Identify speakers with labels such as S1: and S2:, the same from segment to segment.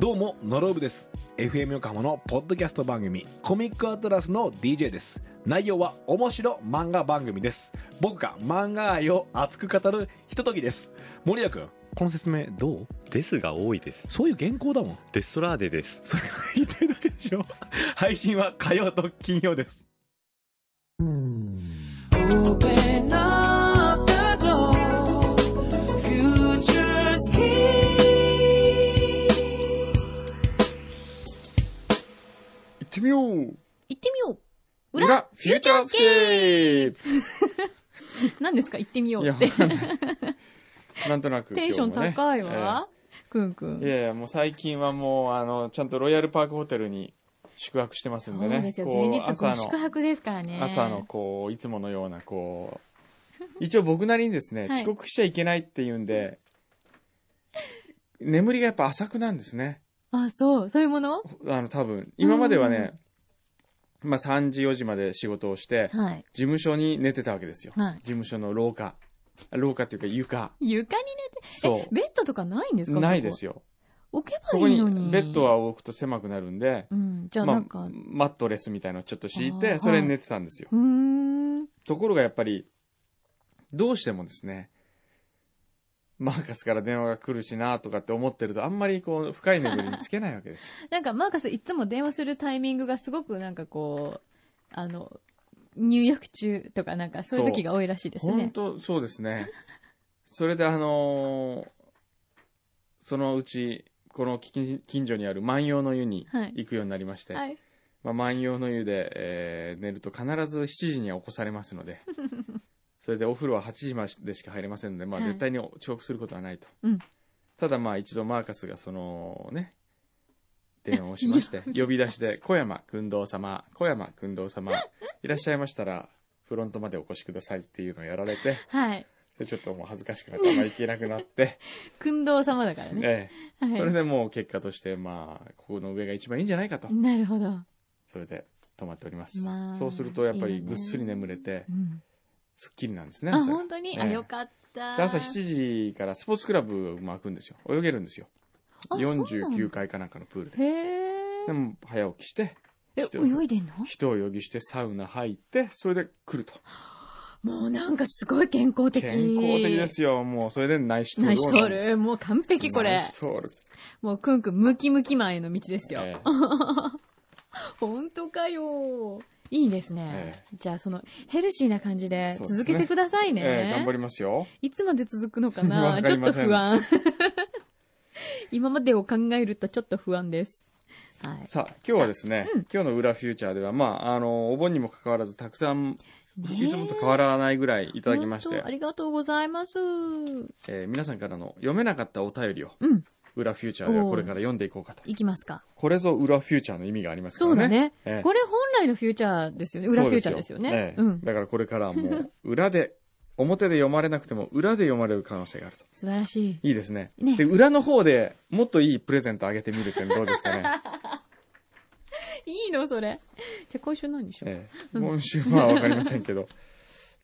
S1: どうもノロブです FM 横浜のポッドキャスト番組コミックアトラスの DJ です内容は面白漫画番組です僕が漫画愛を熱く語るひとときです森谷君この説明どう
S2: ですが多いです。
S1: そういう原稿だもん
S2: デストラーデです。
S1: それが言ってるだけでしょ配信は火曜と金曜です
S3: Open up the door. Future's key.
S4: 行ってみよう
S5: 行ってみよう裏
S4: 裏フューチャースケープ
S5: 何ですか行ってみよ
S4: いうや、
S5: っ
S4: わ
S5: て。
S4: かんない なんとなく、
S5: テンション
S4: 今日もね
S5: 高いわ。くんくん。
S4: ええいやいや、もう最近はもう、あの、ちゃんとロイヤルパークホテルに宿泊してますんでね。
S5: そうですよ。
S4: こ
S5: 前
S4: う
S5: 日こ
S4: 朝
S5: う
S4: の
S5: 宿、泊ですからね。
S4: 朝のこう、いつものようなこう、一応僕なりにですね、
S5: はい
S4: 遅刻しちゃいけないっていうんで、眠りがやっぱ浅くなんですね。
S5: あ、そう。そういうもの
S4: あの、多分。今まではね、まあ3時4時まで仕事をして、
S5: はい。
S4: 事務所に寝てたわけですよ。
S5: はい
S4: 事務所の廊下。廊下っていうか床。
S5: 床に
S4: そ
S5: ね、
S4: う。
S5: ベッドとかないんですか
S4: ないです
S5: よ。
S4: よ。
S5: 置け
S4: そ
S5: ば
S4: こ
S5: いい
S4: に
S5: のに。
S4: ベッド。は置くと狭くなるんで、
S5: うん。じゃあ
S4: ま
S5: な
S4: あ
S5: んか、、
S4: マットレスみたいのをちょっと敷い
S5: あ
S4: て、
S5: ー
S4: それに寝てたんですよ。
S5: うーん。
S4: ところがやっぱり、どうしてもですね、マーカスから電話が来るしなとかって思ってると、あんまりこう、深い眠りにつけないわけですよ。
S5: なんかマーカスいつも電話するタイミングがすごくなんかこう、あの、入浴中とかなんかそういう時が多いらしい です
S4: 本
S5: ね。
S4: 当そうですね。それであのーそのうち、この近近所にある万葉の湯に
S5: はい
S4: 行くようになりまして、
S5: はい。
S4: まあ、万葉の湯で、えー寝ると必ず7時には起こされますの で、それでお風呂は8時までしか入れませんので、まあ、
S5: はい
S4: 絶対に遅刻することはないと。
S5: うん
S4: ただまあ一度マーカスがその ね、電話をしまして、呼び出しで、小山君堂様、小山君堂様、いらっしゃいましたら、フロントまでお越しくださいっていうのをやられて、
S5: はい。
S4: でちょっともう恥ずかしくなってあまり行けなくなって、
S5: くんどう様だからね。
S4: え
S5: は
S4: え
S5: い。
S4: それでもう結果として、まあ、ここの上が一番いいんじゃないかと。
S5: なるほど。
S4: それで止まっております、
S5: まあ
S4: そうするとやっぱ
S5: いい
S4: り
S5: ね
S4: ぐっすり眠れて
S5: うん。
S4: すっきりなんですね
S5: あ、
S4: 朝が
S5: 本当に、あ、
S4: ええ
S5: よかった。
S4: で朝7時からスポーツクラブ巻くんですよ泳げるんですよ
S5: あ
S4: 49。階かなんかのプール
S5: そう
S4: で
S5: なんだへ
S4: でも早起きして
S5: え。え、泳いでんの
S4: 人を泳ぎしてサウナ入ってそれで来ると
S5: もうなんかすごい健康的。
S4: 健康的で。すよもうそれで内視通
S5: ナイ
S4: を
S5: ストール。もう完璧これ
S4: 内。視通る
S5: もうくんくんムキムキ前の道ですよ。
S4: ええ
S5: 本当かよ。いいですね。
S4: え
S5: じゃあそのヘルシーな感じで
S4: そうですね
S5: 続けてくださいね。
S4: ええ頑張りますよ
S5: いつまで続くの か
S4: わ
S5: な
S4: か
S5: ち
S4: り
S5: ょっと
S4: ません
S5: 不安。 今までを考えるとちょっと不安です。はい。
S4: さあ今日はですね、今日の「裏フューチャー」ではまああのお盆にもかかわらずたくさん
S5: ねえ
S4: いつもと変わらないぐらいいただきまして
S5: 本当ありがとうございます。
S4: えー皆さんからの読めなかったお便りを、
S5: うん
S4: 裏フューチャーではこれから読んでいこうかと。
S5: いきますか。
S4: これぞ裏フューチャーの意味がありますか
S5: そうだ
S4: らね。
S5: ね。
S4: ええ
S5: これ本来のフューチャーですよね。裏フューチャーですよ
S4: そう
S5: ね。
S4: ええ
S5: うん。
S4: だからこれからはもう、裏で、 表で読まれなくても、裏で読まれる可能性があると。
S5: 素晴らしい。
S4: いいですね。
S5: ね
S4: で、裏の方でもっといいプレゼントあげてみるってどうですか ね。
S5: いいのそれ。じゃあ今週何でしょう、
S4: ええ今週はわかりませんけど。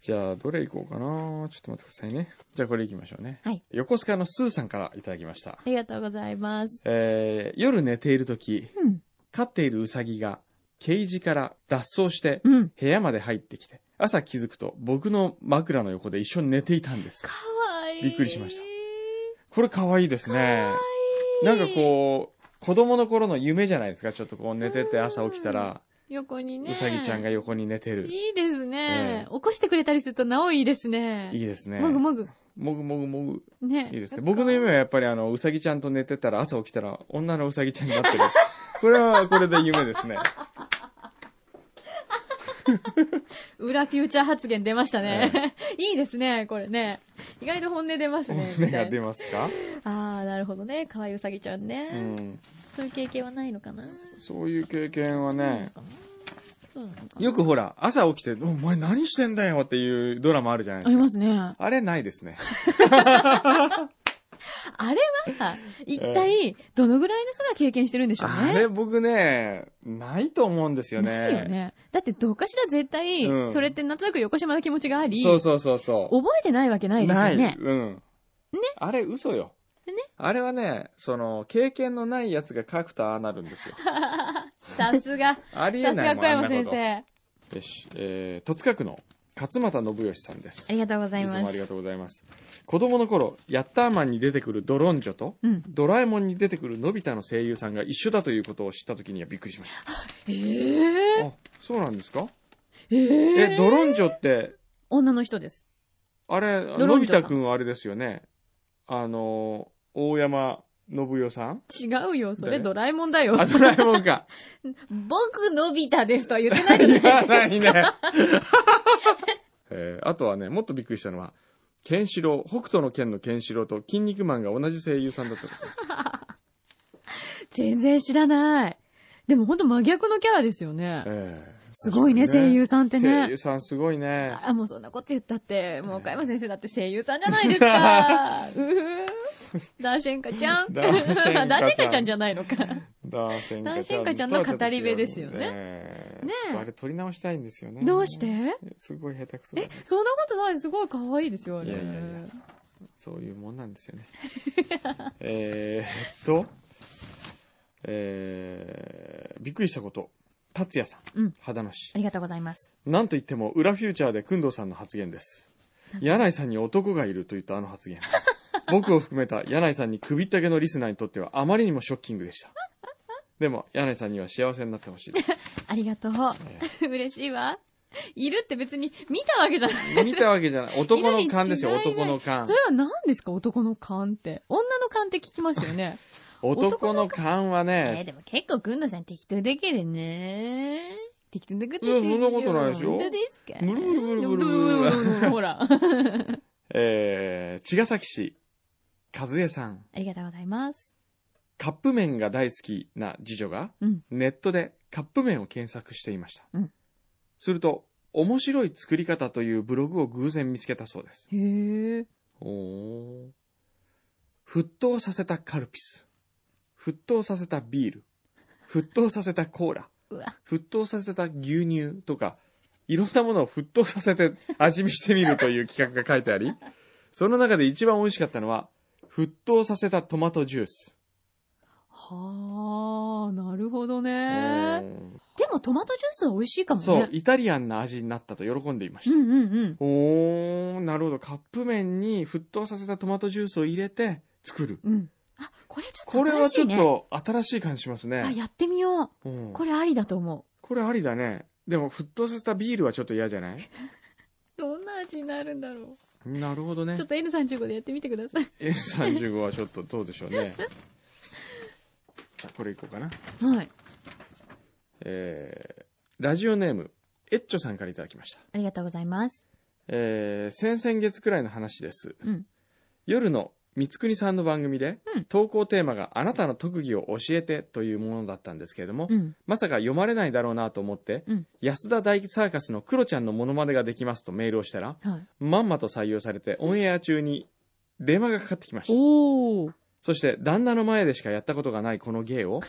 S4: じゃあ、どれいこうかなちょっと待ってくださいね。じゃあ、これいきましょうね。
S5: はい
S4: 横須賀のスーさんからいただきました。
S5: ありがとうございます。
S4: えー夜寝ているとき、
S5: うん。
S4: 飼っているウサギがケージから脱走して
S5: うん。
S4: 部屋まで入ってきて、朝気づくと僕の枕の横で一緒に寝ていたんです。
S5: かわいい。
S4: びっくりしましたこれ可愛いですね。
S5: いい
S4: なんかこう、子供の頃の夢じゃないですか。ちょっとこう寝てて朝起きたら、
S5: 横にね。
S4: うさぎちゃんが横に寝てる。
S5: いいですね
S4: え、
S5: 起こしてくれたりするとなおいいですね。
S4: いいですね。
S5: もぐもぐ。
S4: もぐもぐもぐ。
S5: ね。
S4: いいですね。僕の夢はやっぱりあの、うさぎちゃんと寝てたら朝起きたら女のうさぎちゃんになってる。これはこれで夢です ね。
S5: 裏フューチャー発言出ましたね。 いいですね、これね。意外と本音出ますね。
S4: 夢が
S5: みたい
S4: 出ますか
S5: なあー、なるほどね。かわいいうさぎちゃんね、
S4: うん。
S5: そういう経験はないのかな
S4: そういう経験はね、
S5: そうなのかな
S4: よくほら、朝起きて、お前何してんだよっていうドラマあるじゃない
S5: あ
S4: です
S5: り
S4: か。
S5: ますね。
S4: あれないですね。
S5: あれは、一体、どのぐらいの人が経験してるんでしょうね。
S4: あれ僕ね、ないと思うんですよ
S5: ないよ
S4: ね。
S5: ね。だって、どうかしら絶対、
S4: うん
S5: それってなんとなく横島な気持ちがあり、
S4: そうそうそうそう。
S5: 覚えてないわけないですよね。
S4: うん。ねあれ嘘よ。あれはね、その、経験のないやつが書くとああなるんですよ。
S5: さすが、
S4: ありえ
S5: さす
S4: な
S5: が
S4: いもん、
S5: 小
S4: あんな
S5: 山先
S4: こと。
S5: 生。
S4: よし、えー、戸塚区の勝俣信義さんです。
S5: ありがとうござい
S4: いつも
S5: ま
S4: あり
S5: す。
S4: がとうございます。子供の頃、ヤッターマンに出てくるドロンジョと、
S5: うん。
S4: ドラえもんに出てくるのび太の声優さんが一緒だということを知った時にはびっくりしました。
S5: えー、
S4: あ、そうなんですか
S5: えー、
S4: え、ドロンジョって、
S5: 女の人です。
S4: あれ、
S5: ドロ
S4: の
S5: ン
S4: び
S5: ジョさん
S4: 太くんはあれですよね。あの、大山信代さん
S5: 違うよ、それ
S4: 誰
S5: ドラえもんだよ
S4: あ、。ドラえもん か。
S5: 僕、のび太ですとは言ってないじゃ
S4: いや
S5: な
S4: ないい
S5: ですか。
S4: ね。えーあとはね、もっとびっくりしたのは、ケンシロウ、北斗の剣のケンシロウと筋肉マンが同じ声優さんだったことです。
S5: 全然知らない。でもほんと真逆のキャラですよね。
S4: えー
S5: すごいね、声優さんって
S4: 声
S5: ね
S4: 優。さんすごいね。
S5: あ、もうそんなこと言ったって、もう岡山先生だって声優さんじゃないです か。うふー。ダーシェンカちゃん。
S4: ダーシェンカちゃん
S5: ダーシェンカちゃんじゃないのか。
S4: ダーシェンカ
S5: ダーシェンカちゃんの語り部ですよね
S4: ね
S5: ねえ
S4: あれ撮り直したいんですよね。
S5: どうして
S4: すごい下手くそだ
S5: え
S4: ね、
S5: そんなことない。すごい可愛いですよ、あれ
S4: いやいやいやそういうもんなんですよね。 えーっと、えー、びっくりしたこと。達也さん。
S5: うん
S4: 肌のし
S5: あ。りがとうございます。
S4: なんと言っても、裏フューチャーで、くんどうさんの発言です。柳井さんに男がいると言ったあの発言。 僕を含めた柳井さんに首ったけのリスナーにとってはあまりにもショッキングでした。でも、柳井さんには幸せになってほしいです。
S5: ありがとう。 嬉しいわ。いるって別に見たわけじゃない。
S4: 見たわけじゃ ない。男の勘ですよ、
S5: いるに違いな
S4: 男
S5: い
S4: の勘
S5: そ。れは何ですか男の勘って。女の勘って聞きますよね。
S4: 男の勘は
S5: えー、
S4: ね
S5: で、も結構、くんのさん適当だけどね。適当なこと
S4: いやそんなことないですよ
S5: 本当ですか
S4: ブルブルブルブルブル
S5: ブルほら。あ
S4: えー、茅ヶ崎市、和江さん。
S5: りがとうございます。
S4: カップ麺が大好きな次女が、
S5: うん
S4: ネットでカップ麺を検索していました。
S5: うん
S4: すると、面白い作り方というブログを偶然見つけたそうです。
S5: へえ。
S4: お沸騰させたカルピス。沸騰させたビール。沸騰させたコーラ。
S5: うわ。
S4: 沸騰させた牛乳とか、いろんなものを沸騰させて味見してみるという企画が書いてあり、その中で一番美味しかったのは、沸騰させたトマトジュース。
S5: はあ、なるほど
S4: う
S5: ね。
S4: ん
S5: でもトマトジュースは美味しいかもね。
S4: そう、イタリアンな味になったと喜んでいまし
S5: う
S4: た。
S5: んうんうん。
S4: おー、なるほど。カップ麺に沸騰させたトマトジュースを入れて作る。
S5: うん。あ、これちょ
S4: こ
S5: っと
S4: れ
S5: 新
S4: は
S5: し
S4: ち
S5: い
S4: ょっ
S5: ね。
S4: と新しい感じします
S5: あ、
S4: ね。
S5: やってみよう。
S4: うん
S5: これありだと思。
S4: これありだね。でも沸騰させたビールはちょっと嫌じゃないう
S5: どんな味になるんだろ
S4: なるほどね
S5: う。ちょっ。と N35 でやってみてください。
S4: S35 はちょっとどうでしょうね。 じゃあこれいこうかな。
S5: はい。
S4: えー、ラジオネーム、エッチョさんからいただきました。
S5: ありがとうございます。
S4: えー先々月くらいの話です。
S5: うん
S4: 夜の三つ国さんの番組で、
S5: うん
S4: 投稿テーマがあなたの特技を教えてというものだったんですけれども、
S5: うん。
S4: まさか読まれないだろうなと思って、
S5: うん
S4: 安田大サーカスのクロちゃんのモノマネができますとメールをしたら、
S5: はい。
S4: まんまと採用されてオンエア中に電話がかかってきました。
S5: おー。
S4: そして旦那の前でしかやったことがないこの芸 を、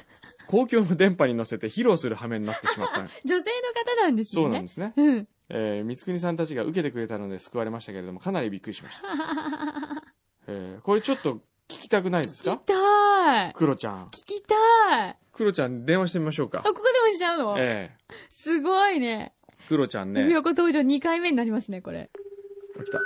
S4: 公共の電波に乗せて披露する羽目になってしま った。
S5: 女性の方なんです
S4: そ
S5: よ
S4: うなん
S5: ね
S4: で。すね。
S5: そうなんで
S4: えー、三つ国さんたちが受けてくれたので救われましたけれども、かなりびっくりしました。えー、これちょっと聞きたくないです
S5: す聞
S4: か
S5: きたい。
S4: クロちゃん。
S5: 聞きたい。
S4: クロちゃん電話してみましょうか
S5: あ、。ここでもしちゃうの
S4: え
S5: すごいね。
S4: えクロちゃん
S5: ふ
S4: ね。
S5: みおこ登場2回目になりますね、これ。
S4: あ来た。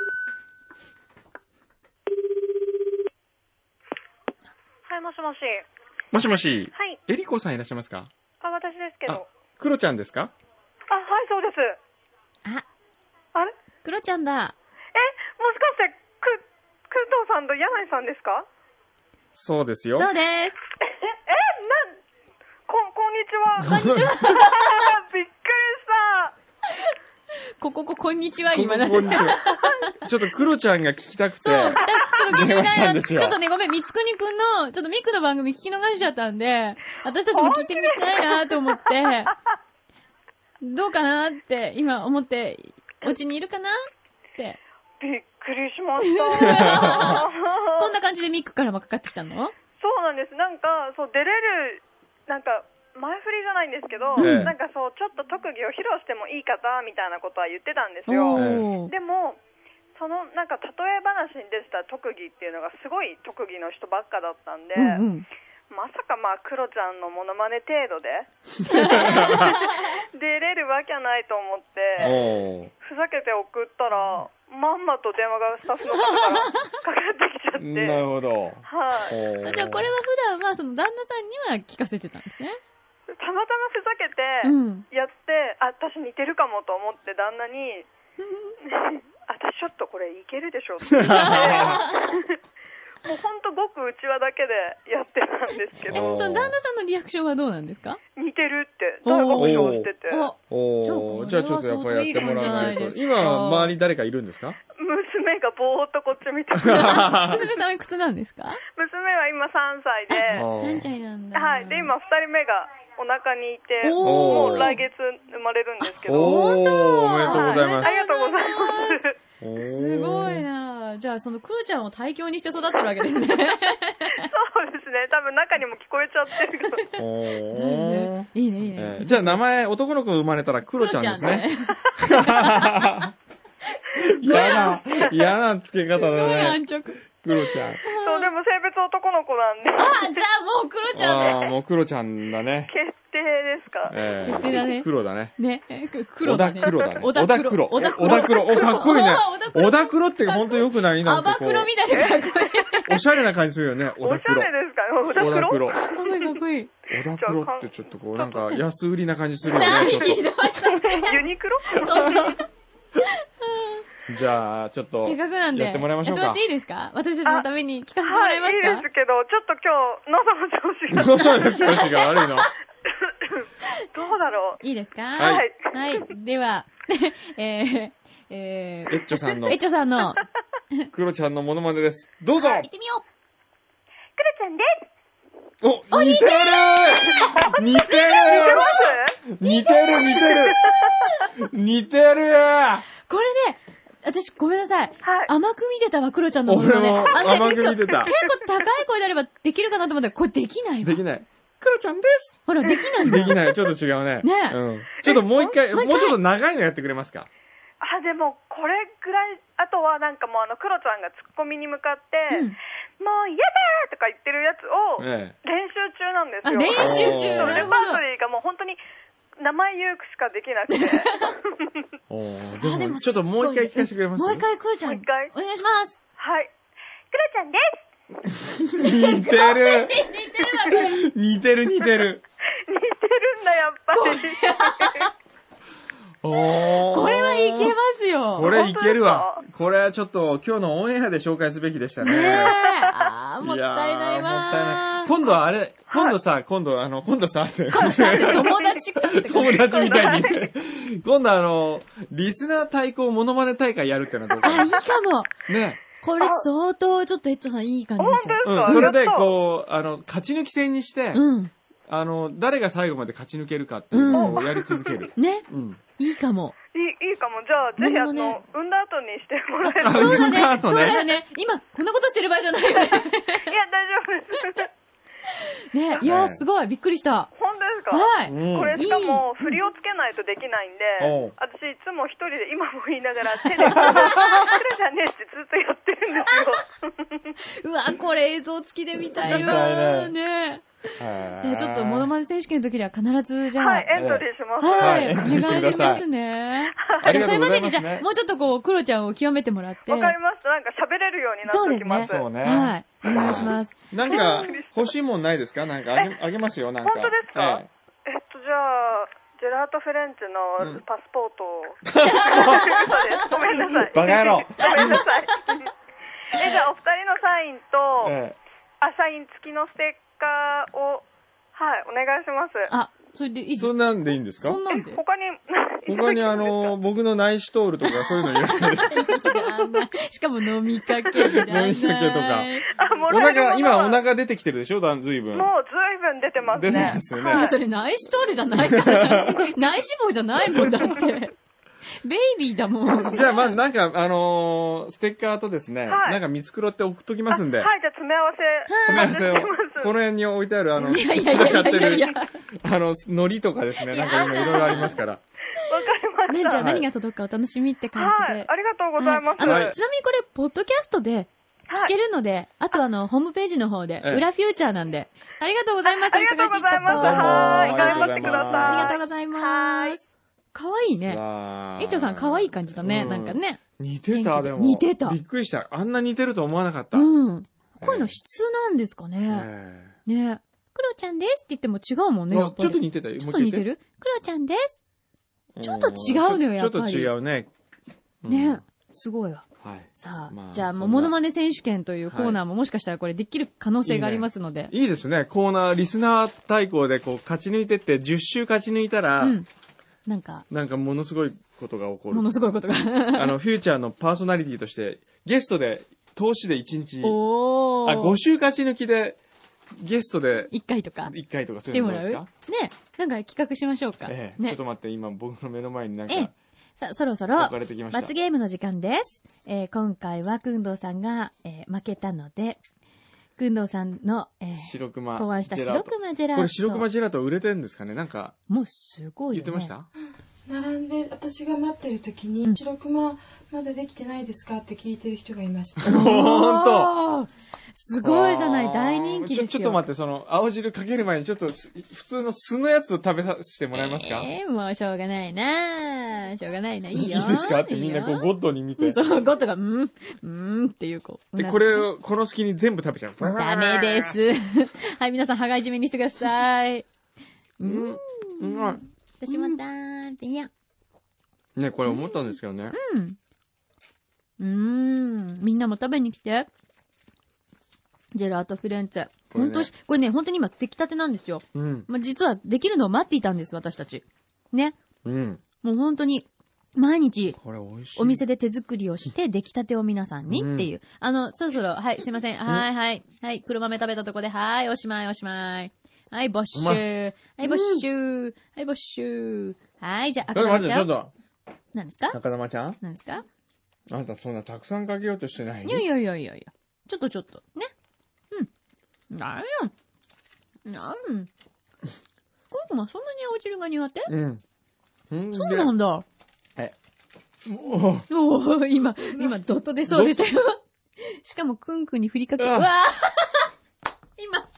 S6: はい、もしもし。は
S4: もしもし、
S6: い、
S4: えりこさんいらっしゃいますか
S6: あ、私ですけど。
S4: クロちゃんですか
S6: あ、はい、そうです。
S5: あ、
S6: あれえ、
S5: クロちゃんだ。
S6: もしかして、く、くんとうさんと柳井さんですか
S4: そうですよ。
S5: そうです。
S6: え、え、なん、こん、こんにちは。こんにちは。 びっくりした。
S5: ここ、こ、こんにちは、
S4: こん
S5: 今なん
S4: こ
S5: で
S4: ん
S5: す
S4: に
S5: か
S4: ちはちょっとクロちゃんが聞きたくて
S5: そ。う、来たちょっと聞き
S4: 電話したん
S5: たい
S4: ですよ
S5: ちょっとね、ごめん、三つくにくんの、ちょっとミクの番組聞き逃しちゃったんで、私たちも聞いてみたいなと思って、どうかなって、今思って、お家にいるかなって。
S6: びっくりしました。
S5: こんな感じでミックからもかかってきたの
S6: そうなんです。なんか、そう、出れる、なんか、前振りじゃないんですけど、
S4: ええ
S6: なんかそう、ちょっと特技を披露してもいい方みたいなことは言ってたんですよ。
S5: おー。
S6: でも、そのなんか例え話に出てた特技っていうのがすごい特技の人ばっかだったんで、
S5: うんうん。
S6: まさかまあクロちゃんのモノマネ程度で 出れるわけないと思って
S4: おお。
S6: ふざけて送ったらまんまと電話がスタッフの方からかかってきちゃって
S4: なるほど。
S6: はい、
S4: おー
S5: じゃあこれは普段はその旦那さんには聞かせてたんですね。
S6: たまたまふざけ
S5: う
S6: て
S5: ん。
S6: やって、あ私似てるかもと思って旦那に 私ちょっとこれいけるでしょって言ってもうほんとごくうちわだけでやってたんですけ
S5: え、
S6: ど
S5: その旦那さんのリアクションはどうなんですか
S6: 似てるって大爆笑してて
S5: お
S4: おお。じ
S5: じ
S4: ゃ
S5: ゃ
S4: あち
S5: あこれ
S4: ょっ
S5: は
S4: とやっぱやってもらわない
S5: 相当いいんじゃないで
S4: と。
S5: すか
S4: 今、周りに誰かいるんですか
S6: 娘がぼーっとこっち見 てる
S5: 娘さんはいくつなんですか
S6: 娘は今3歳で、
S4: あ
S5: 三歳なんだ。
S6: はい、で今2人目がお腹にいて
S5: お
S4: ー
S6: もう来月生まれるんですけど
S4: おおおめでとうござい
S6: は
S4: ま
S6: いありがとうございます
S4: す。
S5: すごいなじゃあそのクーちゃんを対境にして育ってるわけです ね。
S6: そうですね多分中にも聞こえちゃってるけど
S4: お
S5: な
S4: お
S5: る。いいね、いい
S4: え
S5: ね。
S4: ーじゃあ名前、男の子生まれたらクロちゃんですね。。 嫌な、嫌な付け方
S5: すごい
S4: だね。
S5: 安直。
S4: クロちゃん。
S6: そうでも性別男の子なんで
S5: あ、じゃあもうクロちゃんね。
S4: ああー、もうクロちゃんだね。
S6: 決定ですか、
S4: え
S5: 決定だね
S4: クロだね。
S5: ね、えく黒
S4: 小
S5: だ
S4: 田
S5: ね。
S4: 黒だね。
S5: 小田黒。
S4: 小田黒。
S5: 小
S4: 小
S5: 田
S4: 田
S5: 黒。
S4: 黒。お、かっこいいね。
S5: 小
S4: 小
S5: 田
S4: 田黒ってほんとよくない
S5: 黒。
S4: な
S5: ア
S4: んて
S5: バ
S4: こ
S5: クロみたいでかっ こいい。か
S4: う。おしゃれな感じするよね。小
S6: おし
S4: 田
S6: ゃ
S4: 黒。
S6: れですかね小田
S4: 小田
S6: 黒
S4: 黒。
S5: っこいいかっこいい。
S4: 小田黒ってちょっとこう、なんか安売りな感じするよ
S5: 何
S4: ね。
S5: ひ
S4: ち
S5: ど
S4: ょ
S5: い
S4: っ。
S6: ユニクロ
S4: とじゃあ、ちょっと。
S5: せっかくなんで。
S4: やってもらいましょうか
S5: やってもらっていいですか私たちのために聞かせても
S6: は
S5: ら
S6: い
S5: えま
S6: い
S5: す
S6: い
S5: か、
S6: ですけどちょっと今日喉の調子が
S4: 喉の調子が悪い の。
S6: どうだろう
S5: いいですか
S4: はい
S5: はい。では、 えー、え
S4: エッチョさんの
S5: ー、えっちょさんの、行
S4: クロちゃんのモノマネです。どうぞ
S5: ってみよう
S6: クロちゃんです
S4: お、似てる似てる似てる似 てる似てる
S5: これね、私ごめんなさい。
S6: はい
S5: 甘く見てたわ、クロちゃんのもの
S4: 俺
S5: ね。
S4: も
S5: あのね
S4: 甘く見てた
S5: 結。構高い声であればできるかなと思ったら、これでき ないわ
S4: で。きない。クロちゃんです
S5: ほら、できない
S4: でき
S5: い。
S4: ない。ちょっと違うね。
S5: ねえ
S4: うん。ちょっともう一回、
S5: もう一回
S4: もうちょっと長いのやってくれますか
S6: あでもこれぐらいあとはなんかもうあのクロちゃんがツッコミに向かって「
S5: うん
S6: もう嫌だ!」とか言ってるやつを
S4: え
S6: 練習中なんです
S5: あ、
S6: よ
S5: 練習中。
S4: おー
S5: な
S6: レ
S5: るほ
S6: パートリーがもう本当に名前言うしかできなくて
S4: え。おー
S5: あ
S4: で
S5: で
S4: も、
S5: も
S4: ちょっともう一回聞かせてくれ
S5: ど。
S4: ます
S5: もう一回、クロちゃん。
S6: もう一回
S5: お願いします。
S6: はいクロちゃんです
S4: 似てる
S5: 似てるわ、これ。
S4: 似てる似て る
S6: 似てるんだやっぱり
S4: おー
S5: これはいけますよ。
S4: これいけるわ
S6: 本当。
S4: これはちょっと今日のオンエアで紹介すべきでした
S5: ねえ。
S4: ね。
S5: あー、もったいない
S4: やーもったいな
S5: わ
S4: い。。今度はあれ、今度さ、今度あの、今度さ、
S5: 今度さって友達かってこと
S4: 友達みたいに。今度あの、リスナー対抗モノマネ大会やるってのはどう
S5: あ、
S4: か
S5: いいかも。
S4: な。ね。
S5: これ相当、ちょっとエッチョさんいい感じ
S6: 本
S5: で
S6: 当
S5: すよ。
S6: です
S4: う
S6: か、
S4: ん。それ
S6: やっ
S4: で、
S6: た
S4: こう、あの、勝ち抜き戦にして、
S5: うん。
S4: あの、誰が最後まで勝ち抜けるかっていうのをやり続ける。
S5: ね。
S4: うん。
S5: いいかも。
S6: いいいいかもじゃあぜひあの、
S5: でもね
S6: 産んだ後にしてもらえ るいや
S4: あ
S5: そう
S4: 自分の後
S5: だね。そう
S4: ね
S5: だよね。今、こんなことしてる場合じゃないよね。
S6: 大丈夫です
S5: ね。いやー、すごい。びっくりした。
S6: 本当ですか
S5: はい。
S4: うん
S6: これしかも振りをつけないとできないんで
S4: うん、
S6: 私いつも一人で今も言いながら手で、クラじゃねえってずっとやってるんですよ。
S5: うわ、これ映像付きで見たい
S4: 見た
S5: わ。
S4: い
S5: ね
S4: はい
S5: ねちょっと、モノマネ選手権の時には必 ず、じゃあ、
S6: は、
S5: はいい、
S6: エントリーします。
S4: はい
S5: お
S4: エントリーして
S5: 願
S4: く
S5: い
S4: だ
S5: し
S4: さい
S5: ますね。
S4: あ
S5: じ
S4: り
S5: ゃあ、
S4: がと
S5: それ
S4: うご
S5: ま
S4: ざ
S5: で
S4: いま
S5: に、
S4: す
S5: じ
S4: ね
S5: ゃあ、もうちょっとこう、クロちゃんを極めてもらって。
S6: わかります。なんか喋れるようになってきます。
S4: そうね。
S5: はい。お願いします。
S4: なんか、欲しいもんないですかなんかあげ、あげますよ、なんか。
S6: 本当ですか
S4: え
S6: えっと、じゃあ、ジェラートフレンチのパスポー ト
S4: え。バカ野郎
S6: を。ごめんなさいごめんなさい。え、じゃあ、お二人のサインと、
S4: え
S6: あ、サイン付きのステッカーを、はい、お願いします。
S5: あ、それでいい
S4: え
S5: です
S4: そんなんでいいんですか
S5: そんなんで。
S6: 他に、
S4: 他にあの、僕の内視通るとかそういうのいらないです。
S5: しかも飲みかけいらない。
S4: 飲みかけとか
S6: あ、も
S4: お
S6: らえるもの
S4: 腹、
S6: は
S4: 今お腹出てきてるでしょだん、ずいぶん。
S6: もうずいぶん出てますね。
S4: 出てますよね
S5: い
S6: は
S5: や、
S6: い、
S5: それ内視通るじゃな いから。内脂肪じゃないもんだって。ベイビーだもん。
S4: じゃあ、まあ、なんか、あのーステッカーとですね、
S6: はい
S4: なんか見繕って送っときますんで、
S6: はい、じゃあ詰め合わせ。
S4: 詰め合わせを、
S6: お願
S4: こ
S6: いします
S4: の辺に置いてある、あの、
S5: いやいやいやいやいや
S4: あの、海苔とかですね、なんか今いろいろありますから。
S6: わかりまま
S5: ね
S6: し
S5: じゃ
S6: た。
S5: あ
S4: はい
S5: 何が届くかお楽しみって感じ
S6: は
S5: で。
S6: い、ありがとうございます。
S5: あの、
S6: は
S4: はいい、
S5: ちなみにこれ、ポッドキャストで聞けるので、あとあの、ホームページの方で、
S4: ええ
S5: 裏フューチャーなんで。ありがとうございます、
S6: ありがとうございます。
S4: どうも
S6: はい、
S4: あり
S6: 頑
S4: がとうご
S6: 張っ
S4: ざ
S6: て
S4: います
S6: くだ
S5: ありが
S6: さ
S5: と
S6: い。
S5: うございます。かわいいね。
S4: わー
S5: 園長さん、かわいい感じだね。
S4: う
S5: なんかね。
S4: 似てた、でも。
S5: 似てた
S4: びっくりした。あんな似てると思わなかった。
S5: うん。声の質なんですか
S4: え
S5: ね。
S4: え
S5: ね。クロちゃんですって言っても違うもんね。や
S4: あ
S5: っぱ
S4: ちょ
S5: り
S4: っと似てたよ。
S5: ちょっと似てるクロちゃんです。ちょっと違うのよ
S4: ん
S5: やっぱり
S4: ちょっと違うね。うん
S5: ね。すごいわ。
S4: はい。
S5: さあ、
S4: まあ
S5: じゃあ、
S4: そん
S5: も
S4: な
S5: う、モノマネ選手権というコーナーももしかしたらこれできる可能性がありますので。
S4: いいですね。コーナー、リスナー対抗でこう、勝ち抜いてって、10周勝ち抜いたら、
S5: うん。なんか、
S4: なんかものすごいことが起こる
S5: も。のすごいことが。
S4: あの、フューチャーのパーソナリティとして、ゲストで、投資で1日、
S5: おー。
S4: あ、5週勝ち抜きで、ゲストで
S5: 一回とか。
S4: 1回とかそう
S5: 来
S4: い
S5: て
S4: う
S5: も
S4: のどう
S5: ら
S4: で
S5: う
S4: す
S5: ね
S4: か
S5: なんか企画しましょうか。
S4: ええちょっ
S5: ね
S4: と。待って、今僕の目の前になん
S5: ええ
S4: か、
S5: さあ、そろそろ
S4: 置か、れてきました。
S5: 罰ゲームの時間です。えー今回は、くんどうさんが、えー負けたので、くんどうさんの、えー
S4: 白熊。
S5: 考案した
S4: ジェラー
S5: 白
S4: ト
S5: 熊ジェラート。
S4: これ白熊ジェラート売れてるんですかねなんか、
S5: もうすごい
S4: 言
S5: よ、
S4: ってま
S5: ね。
S4: した
S7: 並んで私が待ってる時に「白熊まだできてないですか?」って聞いてる人がいました
S5: ほんとすごいじゃない、
S4: あー
S5: 大人気ですよ。
S4: ちょ。ちょっと待って、その、青汁かける前に、ちょっとす、普通の酢のやつを食べさせてもらえますか、
S5: ええもうしょうがないなぁしょうがないな。いいよ。
S4: いいですかってみんなこう、
S5: う
S4: ゴッドに見て。で、
S5: そう、ゴッドが、うん、うんっていう、こう。
S4: これを、この隙に全部食べちゃう。
S5: ダメで。す。 はい、皆さん、羽交い締めにしてください。う。
S4: うんん。うまい。
S5: 私もだーって、いや。
S4: ね、これ思ったんですけどね。
S5: うん。うーん。みんなも食べに来て。ジェラートフィレンツェ。
S4: これね
S5: 本当し、これね、本当に今、出来たてなんですよ。
S4: うん。
S5: まあ、実は、できるのを待っていたんです、私たち。ね。
S4: うん。
S5: もう本当に、毎日、
S4: これ美味しい。
S5: お店で手作りをして、出来たてを皆さんにっていう。あの、そろそろ、はい、すいません。はい、はい。はい、黒豆食べたとこで、はい、おしまい、おしまい。はい、没収。
S4: う
S5: は
S4: ま
S5: い、没収。はい、没収。はい、じゃあ、
S4: ちょ
S5: 赤
S4: っと待っ
S5: 玉ち
S4: て、
S5: ゃ
S4: ちょっ
S5: ん。
S4: と。
S5: 何ですか
S4: 中玉ちゃん
S5: 何ですか
S4: あんたそんなたくさんかけようとしてない
S5: いやいやいやいやいや。ちょっとちょっと。ね。うん。なんや。 なん。コンコはそんなに青汁が苦手
S4: うん。うんで。
S5: そうなんだ。
S4: もう
S5: おー、今、今、ドット出そうでしたよ。しかも、くんくんに振りかけ、う
S4: あ
S5: わー 今、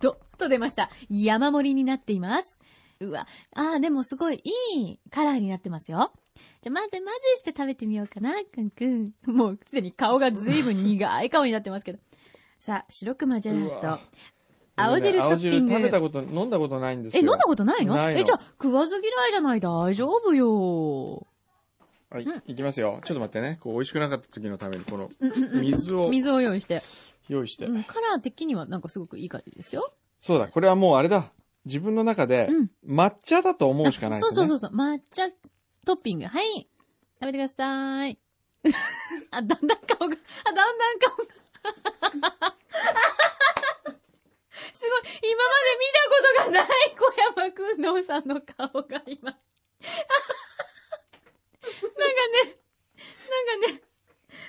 S5: ドッと出ました。山盛りになっています。うわ、あー、でもすごいいいカラーになってますよ。じゃあ、混ぜ混ぜして食べてみようかな、くんくん。もう、すでに顔がずいぶん苦い顔になってますけど。さあ、白熊ジェラー
S4: うわ
S5: ト。青汁トッピング。
S4: 青汁食べたこと、飲んだことないんです
S5: え、
S4: よ。
S5: 飲んだことないの
S4: ないの
S5: え、じゃあ、食わず嫌いじゃない大丈夫よ。
S4: はい、
S5: うん
S4: いきますよ。ちょっと待ってね。こう、美味しくなかった時のために、この、
S5: うんうんうん。
S4: 水を
S5: 水を用意して。
S4: 用意して。
S5: うん、カラー的にはなんかすごくいい感じですよ。
S4: そうだ、これはもうあれだ。自分の中で
S5: うん、
S4: 抹茶だと思うしかない、ね
S5: そうそうそうそう。抹茶トッピング。はい。食べてください。 あ、だんだん顔が、あ、だんだん顔が。 すごい。今まで見たことがない小山くんのさんの顔が今。なんか ね、なんかね、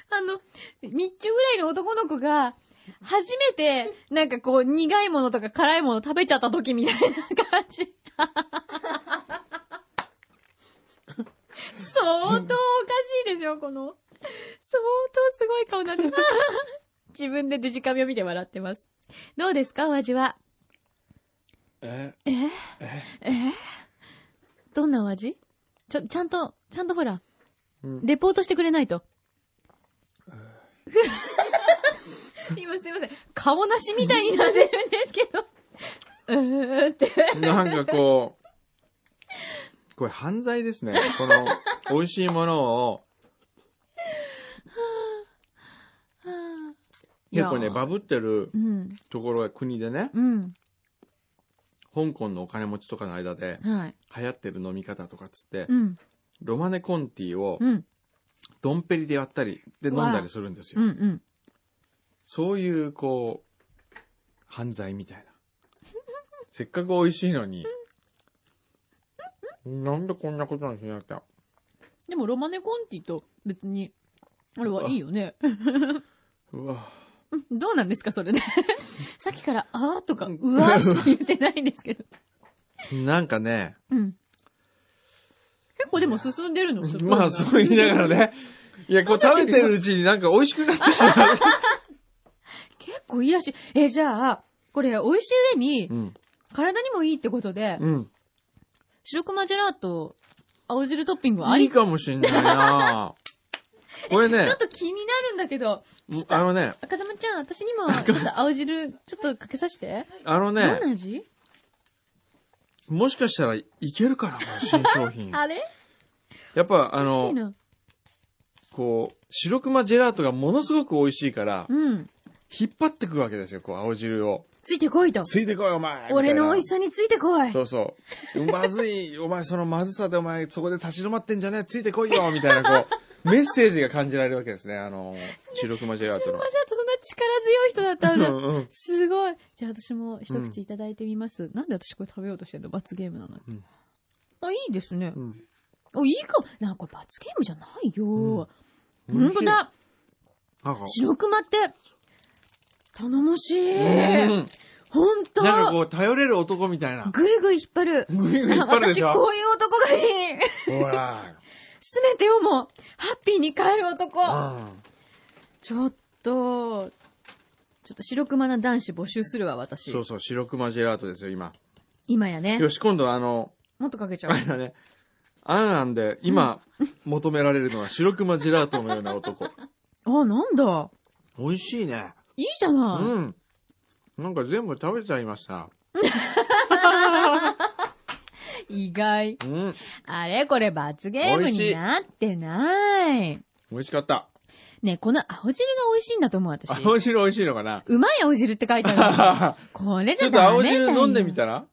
S5: あの、日中ぐらいの男の子が、初めて、なんかこう、苦いものとか辛いもの食べちゃった時みたいな感じ。相当おかしいですよ、この。相当すごい顔になってます。 自分でデジカメを見て笑ってます。どうですか、お味は。
S4: え、
S5: えー、えーどんなお味ちょ、ちゃんと、ちゃんとほら、
S4: うん
S5: レポートしてくれないと。 今すいません。顔なしみたいになってるんですけど。うーって。
S4: なんかこう、これ犯罪ですね。この、美味しいものを、結構ね、バブってる
S5: うん。
S4: ところが国でね、
S5: うん。
S4: 香港のお金持ちとかの間で、
S5: はい。
S4: 流行ってる飲み方とかっつって、
S5: うん。
S4: ロマネコンティを
S5: う、ん。
S4: ドンペリで割ったり、で飲んだりするんですよ
S5: う。ん。うん。
S4: そういう、こう、犯罪みたい な。せっかく美味しいのに、なんでこんなことにしなきゃ。
S5: でもロマネコンティと別に、あれはいいよね。
S4: うわ
S5: どうなんですか、それ ね。さっきから、あーとか、う わーしか言ってないんですけど。
S4: なんかね、
S5: うん。結構でも進んでるの、すごいな
S4: まあ、そう言いながら ね。いや、こう食べてるうちになんか美味しくなってしまう。
S5: 結構いいらしい。え、じゃあ、これ美味しい上に
S4: う、ん。
S5: 体にもいいってことで、
S4: うん。
S5: 白熊ジェラート、青汁トッピングはあ
S4: い
S5: り
S4: いかもしんないなこれね
S5: ちょ、っと気になるんだけど、
S4: あのね、
S5: 赤玉ちゃん、私にも、ちょっと青汁、ちょっとかけさせて。
S4: あの
S5: どん
S4: ね
S5: な、味
S4: もしかしたらいけるかな、この新商 品。
S5: あれ
S4: やっぱ、あ
S5: 美味しい
S4: の、
S5: な。
S4: こう、白熊ジェラートがものすごく美味しいから、
S5: うん。
S4: 引っ張ってくわけですよ、こう、青汁を。
S5: ついてこいと。
S4: ついてこい、お前
S5: 俺の美味し
S4: し
S5: さについてこい。
S4: そうそう。まずい、 お前、そのまずさでお前、そこで立ち止まってんじゃねえ、ついてこいよみたいな、こ う、メッセージが感じられるわけですね、あの、白熊ジェラート
S5: 白
S4: の
S5: 熊。ジェラートそんな力強い人だったんだ。
S4: うんうん
S5: すごい。じゃあ私も一口いただいてみます。なんで私これ食べようとしてんの罰ゲームなのに、
S4: うん
S5: あ、いいですね。
S4: うん
S5: お、いいかも。なんかこれ罰ゲームじゃないよ。
S4: うん
S5: ほんとだ。
S4: なんか、
S5: 白熊って、頼もしい。
S4: うん
S5: ほんと
S4: なんかこう、頼れる男みたい な。
S5: ぐいぐい引っ張る。
S4: ぐいぐい引っ張るでし
S5: 私こ
S4: ょ
S5: ういう男がいい。
S4: ほら。
S5: すべてをもう、ハッピーに変える男。
S4: うん
S5: ちょっと、ちょっと白熊な男子募集するわ、私
S4: そ。うそう、白熊ジェラートですよ、今。
S5: 今やね
S4: よ。し、今度はあの、
S5: もっとかけちゃおう
S4: あ。れだね。アンアンで、今、求められるのは白熊ジェラートのような男。
S5: あ、なんだ。
S4: 美味しいね。
S5: いいじゃ
S4: う
S5: ない。
S4: ん。なんか全部食べちゃいました。
S5: 意外。
S4: うん。
S5: あれこれ罰ゲームになってない。
S4: 美味しかった。
S5: ね、この青汁が美味しいんだと思う、私。
S4: 青汁美味しいのか な
S5: うまい青汁って書いてある。 これじ
S4: ちょ
S5: ゃ
S4: っと
S5: ダメ
S4: 青
S5: だよ。
S4: 汁飲んでみたら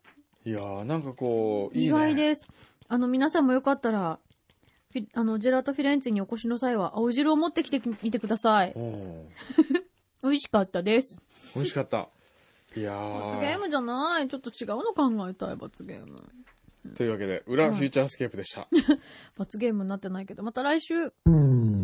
S4: いやー、なんかこう、いいね
S5: 意外です。あの、皆さんもよかったら、フィあの、ジェラートフィレンツェにお越しの際は、青汁を持ってきてみてください。
S4: おー
S5: 美味しかったです。
S4: 美味しかった。いやー。
S5: 罰ゲームじゃない。ちょっと違うの考えたい、罰ゲーム。
S4: というわけで、裏
S5: うん
S4: フューチャースケープでした。
S5: 罰ゲームになってないけど、また来週。
S4: うん